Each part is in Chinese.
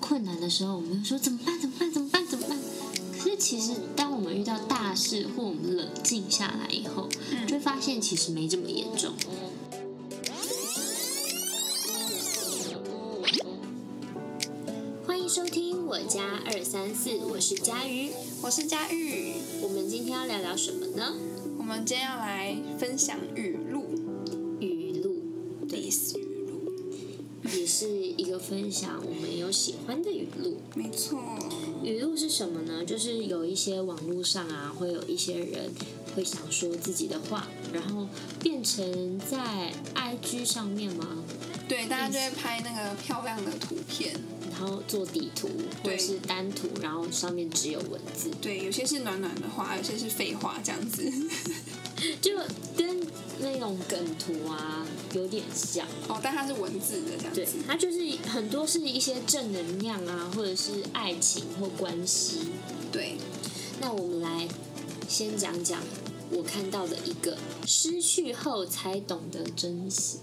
困难的时候，我们就说怎么办？怎么办？怎么办？怎么办？可是其实，当我们遇到大事或我们冷静下来以后，嗯就会发现其实没这么严重。欢迎收听我家二三四，我是佳瑜。我是佳玉，我们今天要聊聊什么呢？我们今天要来分享语录语录，this 语录，也是一个分享我们有喜欢的语录。没错，语录是什么呢？就是有一些网络上啊，会有一些人会想说自己的话，然后变成在 IG 上面嘛，对，大家就会拍那个漂亮的图片，然后做底图或者对是单图，然后上面只有文字，对，有些是暖暖的话，有些是废话，这样子。就跟那种梗图啊有点像。 哦，但它是文字的这样对子，，它就是很多是一些正能量啊，或者是爱情或关系。对，那我们来先讲讲我看到的一个失去后才懂得珍惜。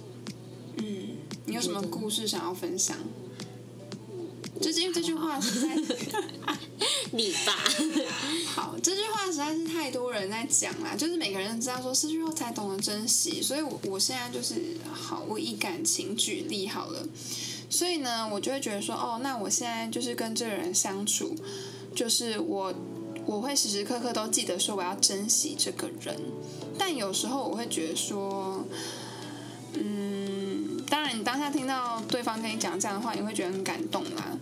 嗯，你有什么故事想要分享？就是因为这句话实在你吧， 好，这句话实在是太多人在讲啦，就是每个人都知道说失去后才懂得珍惜，所以我我现在就是好，我以感情举例好了，所以呢，我就会觉得说，哦，那我现在就是跟这个人相处，就是我我会时时刻刻都记得说我要珍惜这个人，但有时候我会觉得说，嗯，当然你当下听到对方跟你讲这样的话，你会觉得很感动啦。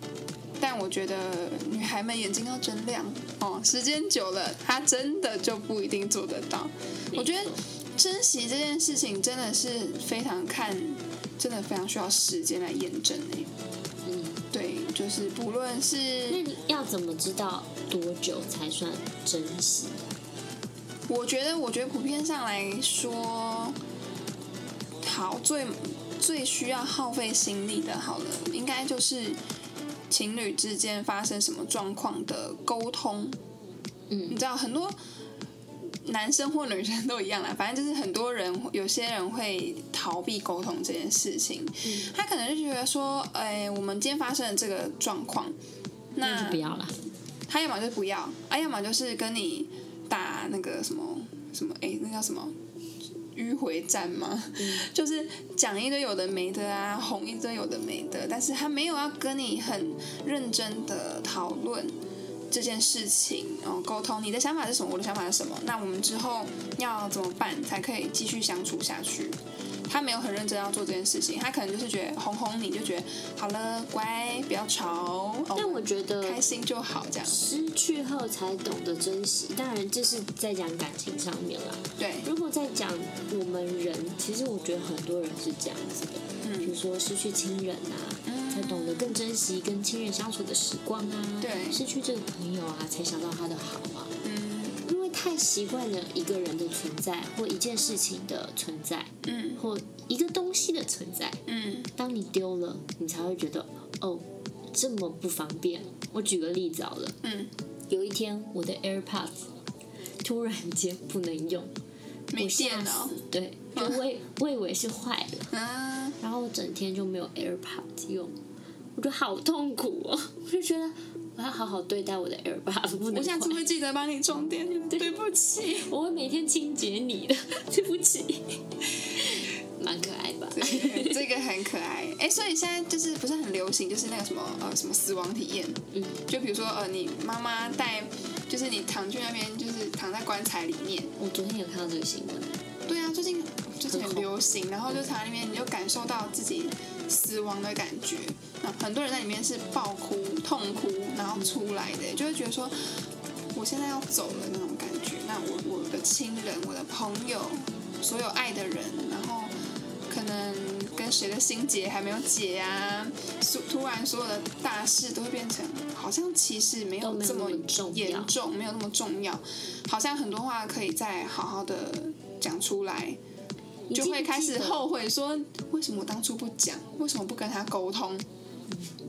但我觉得女孩们眼睛要真亮哦，时间久了，她真的就不一定做得到。我觉得珍惜这件事情真的是非常看，真的非常需要时间来验证诶。嗯，对，就是不论那是你要怎么知道多久才算珍惜？我觉得，我觉得普遍上来说，好最最需要耗费心力的，好了，应该就是情侣之间发生什么状况的沟通。你嗯，知道很多男生或女生都一样啦，反正就是很多人，有些人会逃避沟通这件事情，嗯他可能就觉得说，哎、我们今天发生了这个状况，那那就不要啦。他要么就不要，啊，要么就是跟你打那个什么什么，哎、那叫什么？迂回战吗？嗯就是讲一堆有的没的啊，哄一堆有的没的，但是他没有要跟你很认真的讨论这件事情，然后沟通你的想法是什么，我的想法是什么，那我们之后要怎么办才可以继续相处下去？他没有很认真要做这件事情，他可能就是觉得哄哄你就觉得好了，乖，不要吵，哦但我觉得开心就好，这样失去后才懂得珍惜，当然这是在讲感情上面啦。对，如果在讲我们人，其实我觉得很多人是这样子的，比如嗯，说失去亲人啊，才懂得更珍惜跟亲人相处的时光啊，对失去这个朋友啊，才想到他的好啊。嗯因为太习惯了一个人的存在，或一件事情的存在，嗯或一个东西的存在，嗯，当你丢了，你才会觉得哦，这么不方便。我举个例子好了，嗯，有一天我的 AirPods 突然间不能用，没我吓电了嗯死，对，就我以我以为是坏了，啊，然后我整天就没有 AirPods 用，我就好痛苦哦，我就觉得我要好好对待我的 AirPods，不能我下次坏会记得帮你充电， 对不起。我会每天清洁你的， 对不起，蛮可爱吧？对这个很可爱，哎、所以现在就是不是很流行，就是那个什么呃什么死亡体验，嗯，就比如说呃你妈妈带，就是你躺去那边，就是躺在棺材里面，我昨天有看到这个新闻，对啊，最近就是很很红流行，然后就躺在里面，你就感受到自己死亡的感觉，那很多人在里面是爆哭、痛哭，然后出来的，就会觉得说我现在要走了那种感觉，那我我的亲人、我的朋友、所有爱的人，然后可能跟谁的心结还没有解啊，突突然所有的大事都会变成好像其实没都有没这有么那么重严要。重，没有那么重要，好像很多话可以再好好的讲出来，你就记不会开记始得后悔说为什么我当初不讲，为什么不跟他沟通？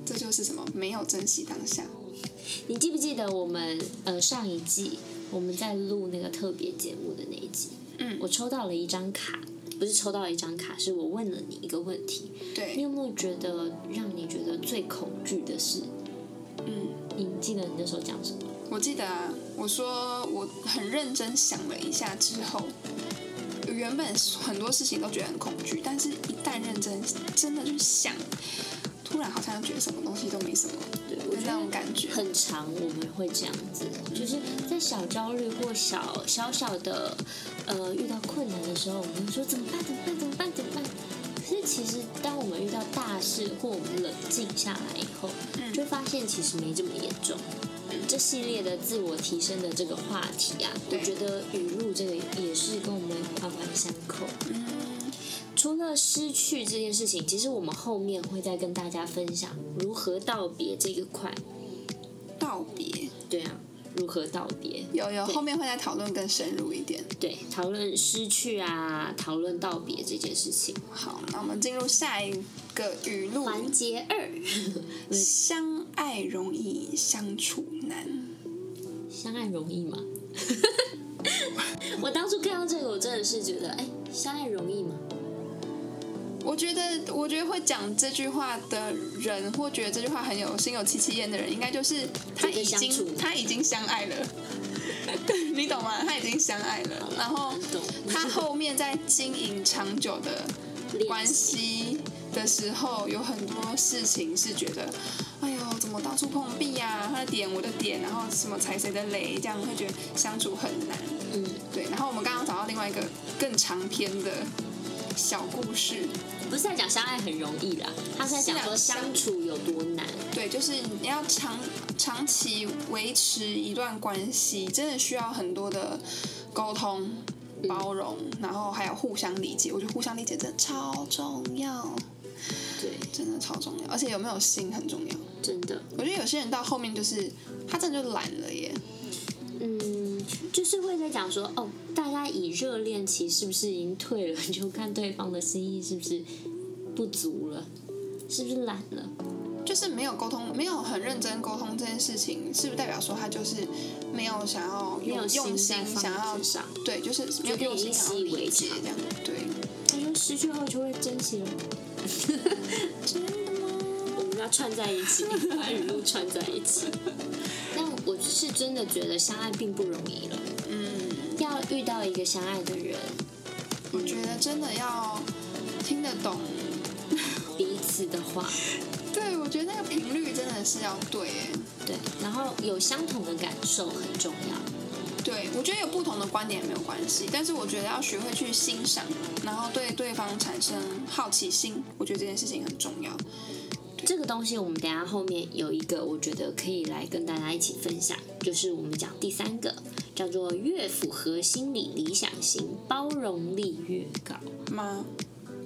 这就是什么没有珍惜当下。你记不记得我们呃上一季我们在录那个特别节目的那一集，嗯我抽到了一张卡，不是抽到了一张卡，是我问了你一个问题，你对，有没有觉得让你觉得最恐惧的事？嗯你记得你那时候讲什么？我记得啊，我说我很认真想了一下之后，原本很多事情都觉得很恐惧，但是一旦认真真的去想，突然好像觉得什么东西都没什么对，我的觉那得种感觉。很长，我们会这样子，就是在小焦虑或小小小的呃遇到困难的时候，我们会说怎么办？怎么办？怎么办？怎么办？可是其实当我们遇到大事或我们冷静下来以后，嗯就会发现其实没这么严重。这系列的自我提升的这个话题啊，我对觉得语录这个也是跟我们环环相扣。嗯，除了失去这件事情，其实我们后面会再跟大家分享如何道别这个块。道别对啊，如何道别？有有，对后面会再讨论更深入一点。对，讨论失去啊，讨论道别这件事情。好，那我们进入下一个语录：环节二，相爱容易相处难。相爱容易吗？ 我当初看到这个，我真的是觉得，哎，相爱容易吗？我觉得，我觉得会讲这句话的人，或觉得这句话很有心有戚戚焉的人，应该就是他觉得已相处经他已经相爱了，对你懂吗？他已经相爱了，然后懂他后面在经营长久的关系的时候，有很多事情是觉得，哎呦，怎么到处碰壁呀、他的点我的点，然后什么踩谁的雷，这样会觉得相处很难。嗯，对，然后我们刚刚找到另外一个更长篇的小故事，不是在讲相爱很容易啦，他是在讲说是啊相处有多难。对，就是你要长长期维持一段关系，真的需要很多的沟通、嗯包容，然后还有互相理解。我觉得互相理解真的超重要，对，真的超重要，而且有没有心很重要。真的，我觉得有些人到后面就是他真的就懒了耶，嗯，就是会在讲说，哦，大家以热恋期是不是已经退了？ 就看对方的心意是不是不足了，是不是懒了？就是没有沟通，没有很认真沟通这件事情，是不是代表说他就是没有想要没有用用心在心放想在要身上，对，就是没有就用已经心想习要以为理解常这样，对。他说失去后就会珍惜 了。我们要串在一 起，把语录串在一 起。但我是真的觉得相爱并不容易了，嗯，要遇到一个相爱的人，我觉得真的要听得懂。彼此的话，对，我觉得那个频率真的是要对耶。对，然后有相同的感受很重要。对，我觉得有不同的观点也没有关系，但是我觉得要学会去欣赏，然后对对方产生好奇心，我觉得这件事情很重要。这个东西我们等一下后面有一个，我觉得可以来跟大家一起分享，就是我们讲第三个叫做越符合心理理想型，包容力越高。吗？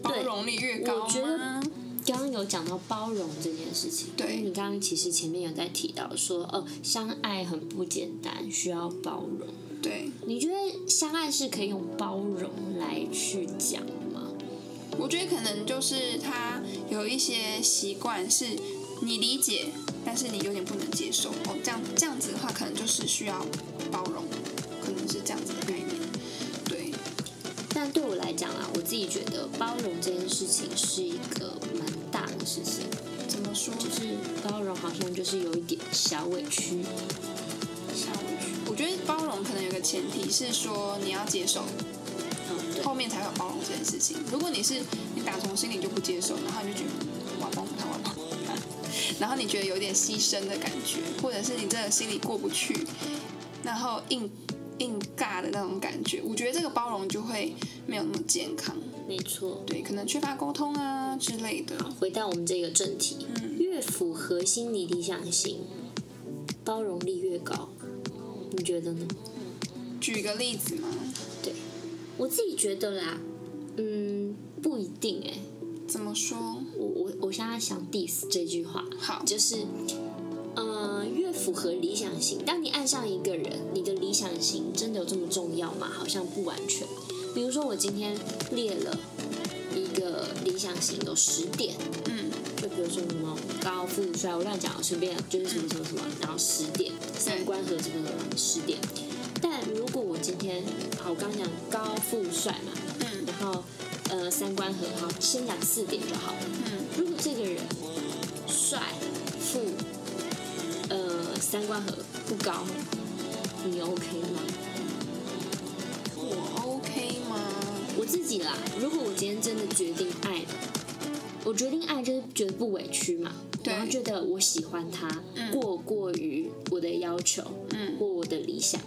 包容力越高我觉得吗？刚刚有讲到包容这件事情，对因为你刚刚其实前面有在提到说，哦，相爱很不简单，需要包容。对，你觉得相爱是可以用包容来去讲吗？我觉得可能就是他有一些习惯是你理解，但是你有点不能接受哦。这样这样子的话，可能就是需要包容，可能是这样子的概念。对，但对我来讲啊，我自己觉得包容这件事情是一个蛮大的事情，怎么说？就是包容好像就是有一点小委屈，下委屈。我觉得包容可能有个前提是说你要接受，嗯，对，后面才会有包容这件事情。如果你是你打从心里就不接受，然后你就觉得哇崩他哇崩他，然后你觉得有点牺牲的感觉，或者是你真的心里过不去，然后硬硬尬的那种感觉，我觉得这个包容就会没有那么健康。没错。对，可能缺乏沟通啊之类的。回到我们这个正题，嗯越符合心理理想型，包容力越高，你觉得呢？举个例子嘛，我自己觉得啦，嗯，不一定哎、怎么说？我我我现在想 diss 这句话，好，就是，呃，越符合理想型。当你爱上一个人，你的理想型真的有这么重要吗？好像不完全。比如说，我今天列了一个理想型有十点，嗯，就比如说什么高富帅，我乱讲，随便就是什么什么什么，然后十点三观和什么什么十点。但如果我今天，好，我刚讲高富帅嘛，嗯，然后呃三观很好，先讲四点就好了。嗯，如果这个人帅、富，呃三观很不高，你 OK 吗？我 OK 吗？我自己啦，如果我今天真的决定爱，我决定爱就是觉得不委屈嘛，对然后觉得我喜欢他，过过于我的要求，嗯或我的理想，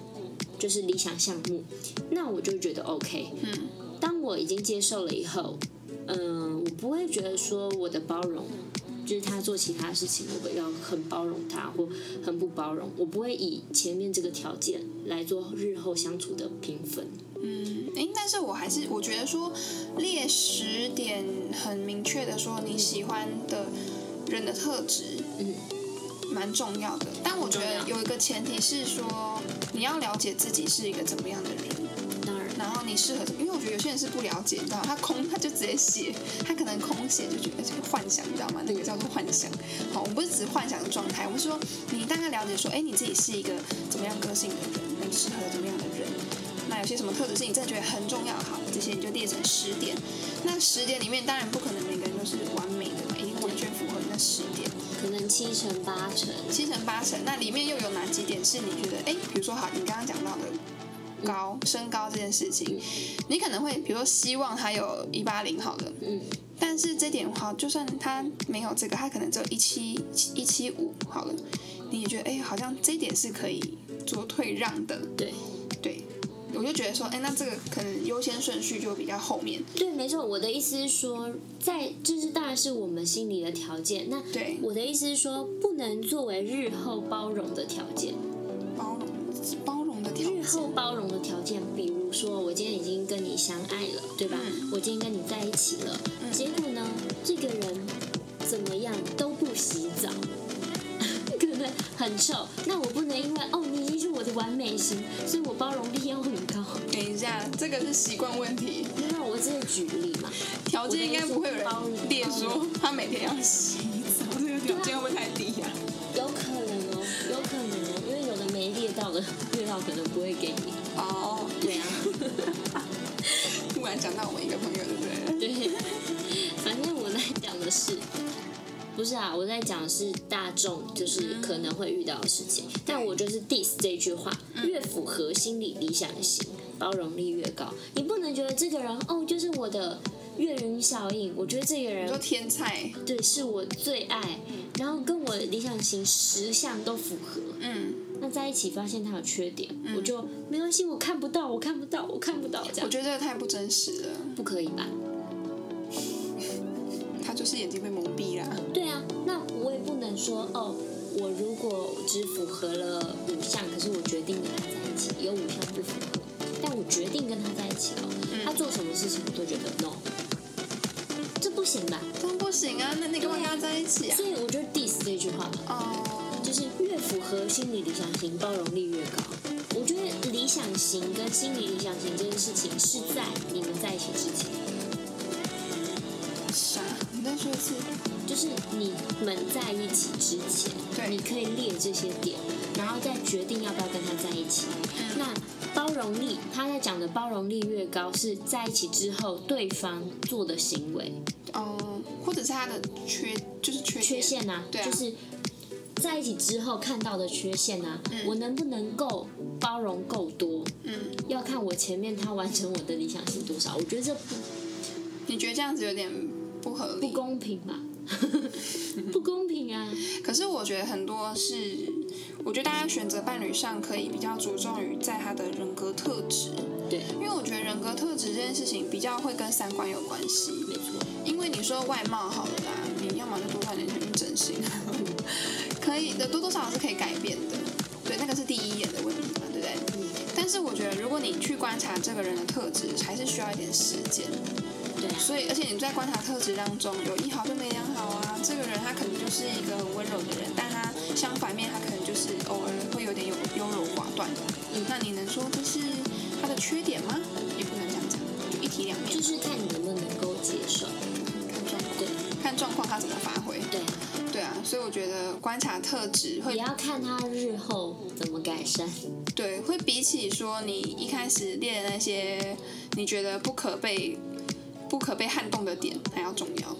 就是理想项目，那我就觉得 OK。嗯，当我已经接受了以后，嗯、我不会觉得说我的包容。就是他做其他事情，我要很包容他，或很不包容。我不会以前面这个条件来做日后相处的评分。嗯，诶，但是我还是我觉得说列十点很明确的说你喜欢的人的特质，嗯，蛮重要的。但我觉很得重要有一个前提是说你要了解自己是一个怎么样的人，当然，然后你适合什么，因为我觉得有些人是不了解，你知道吗，他空他就直接写，他可能空写就觉得这个幻想，你知道吗？那个叫做幻想。好，我们不是指幻想的状态，我们是说你大概了解说，哎，你自己是一个怎么样个性的人，你适合怎么样的人。那有些什么特质是你真的觉得很重要？好，这些你就列成十点。那十点里面，当然不可能每个人都是完美的嘛，一定完全符合那十点。可能七成八成，七成八成，那里面又有哪几点是你觉得，哎，比如说好，你刚刚讲到的高身高这件事情，你可能会比如说希望他有一八零好了，嗯，但是这点好，就算他没有这个，他可能只有一七一七五好了，你也觉得，哎，好像这一点是可以做退让的，对对，我就觉得说，哎，那这个可能优先顺序就比较后面，对，没错。我的意思是说，在就是当然是我们心里的条件。那对，我的意思是说，不能作为日后包容的条件。包容包容的条日件，后包容的条件，比如说我今天已经跟你相爱了，对吧？嗯我今天跟你在一起了，嗯结果呢，这个人怎么样都不洗澡。 可能很臭，那我不能因为哦，你已经是我的完美型，所以我包容力要很高。等一下，这个是习惯问题。那我只是举例嘛，条件应该不会有人列说他每天要洗澡，这个条件会不会太低呀、有可能哦，有可能哦，因为有的没列到的，列到可能不会给你。哦，对啊，突然想到我一个朋友，对不对？ 对，反正我在讲的是，不是啊，我在讲的是大众就是可能会遇到的事情，但我就是 diss 这句话，越符合心理理想型，包容力越高。你不能觉得这个人哦，就是我的月云效应，我觉得这个你说人天菜，对是我最爱，然后跟我理想型十项都符合。嗯，那在一起发现他有缺点，我就没关系，我看不到，我看不到，我看不到，这我样觉得这个太不真实了，不可以吧？他就是眼睛被蒙蔽啦。对啊，那我也不能说哦，我如果只符合了五项，可是我决定跟他在一起，有五项不符合，但我决定跟他在一起了，他做什么事情我都觉得 no，这不行吧？这样不行啊，那你干嘛跟他在一起啊？所以我就 diss 这句话嘛，哦，就是越符合心理理想型，包容力越高。我觉得理想型跟心理理想型这件事情是在你们在一起之前。啥？你再说一次。就是你们在一起之前，对你可以列这些点，然后再决定要不要跟他在一起。嗯那包容力，他在讲的包容力越高，是在一起之后对方做的行为哦，或者是他的缺，就是缺缺点。陷呐、对啊就是在一起之后看到的缺陷呐、嗯我能不能够包容够多，嗯，要看我前面他完成我的理想型多少。我觉得这不你觉得这样子有点不合理？不公平 吧？不公平啊！可是我觉得很多是，我觉得大家选择伴侣上可以比较着重于在他的人格特质，对，因为我觉得人格特质这件事情比较会跟三观有关系。没错，因为你说外貌好了啦，你要么就多花点钱去整形， 可以的，多多少少是可以改变的。对，那个是第一眼的问题嘛，对不对？嗯，但是我觉得，如果你去观察这个人的特质，还是需要一点时间。对啊，所以，而且你在观察特质当中，有一好就没两好啊。这个人他可能就是一个很温柔的人，但他相反面他可能就是偶尔呃会有点优优柔寡断。嗯那你能说这是他的缺点吗？也不能这样讲，就一体两面，就是看你能不能够接受。看状况，对看状况他怎么发挥。对啊，对啊，所以我觉得观察特质也会要看他日后怎么改善。对，会比起说你一开始列的那些你觉得不可被不可被撼动的点还要重要。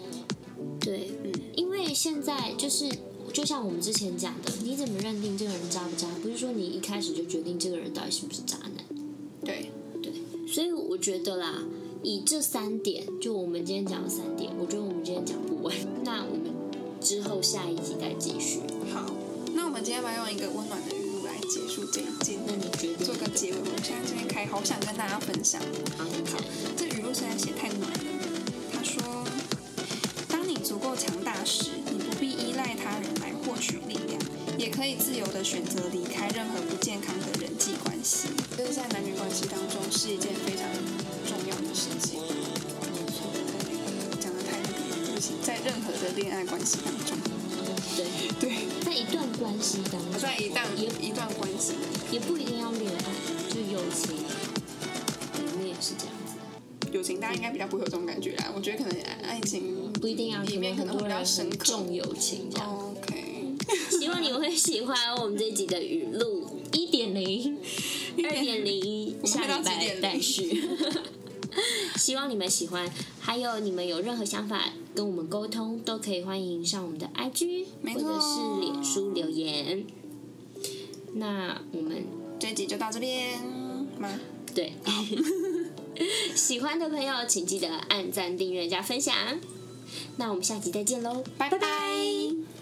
对，嗯因为现在就是就像我们之前讲的，你怎么认定这个人渣不渣？不是说你一开始就决定这个人到底是不是渣男。对，所以我觉得啦，以这三点，就我们今天讲的三点，我觉得我们今天讲不完。 那我们之后下一集再继续。好，那我们今天要用一个温暖的语录来结束这一集，那你决定做个结尾。我现在这边开，好想跟大家分享。好，你讲这语录实在写太暖了。他说：“当你足够强大时，你不必依赖他人来获取力量，也可以自由的选择离开任何不健康的人际关系。这是在男女关系当中是一件非常重要的事情。讲的太那个了，对不起，在任何的恋爱关系当中，对，对，在一段关系当中，在一段也一段关系，也不一定要恋爱，就友情里面也是这样子，友情大家应该比较不会有这种感觉啦。我觉得可能爱情不一定要里面可很能会多比较人深很刻。重友情这样。 OK。希望你们会喜欢我们这集的语录一点零、二点零，我们下会到礼拜几点零待续。希望你们喜欢，还有你们有任何想法跟我们沟通，都可以欢迎上我们的 IG 没或错者是脸书留言。那我们这一集就到这边吗？对 喜欢的朋友，请记得按赞、订阅、加分享。那我们下集再见喽，拜拜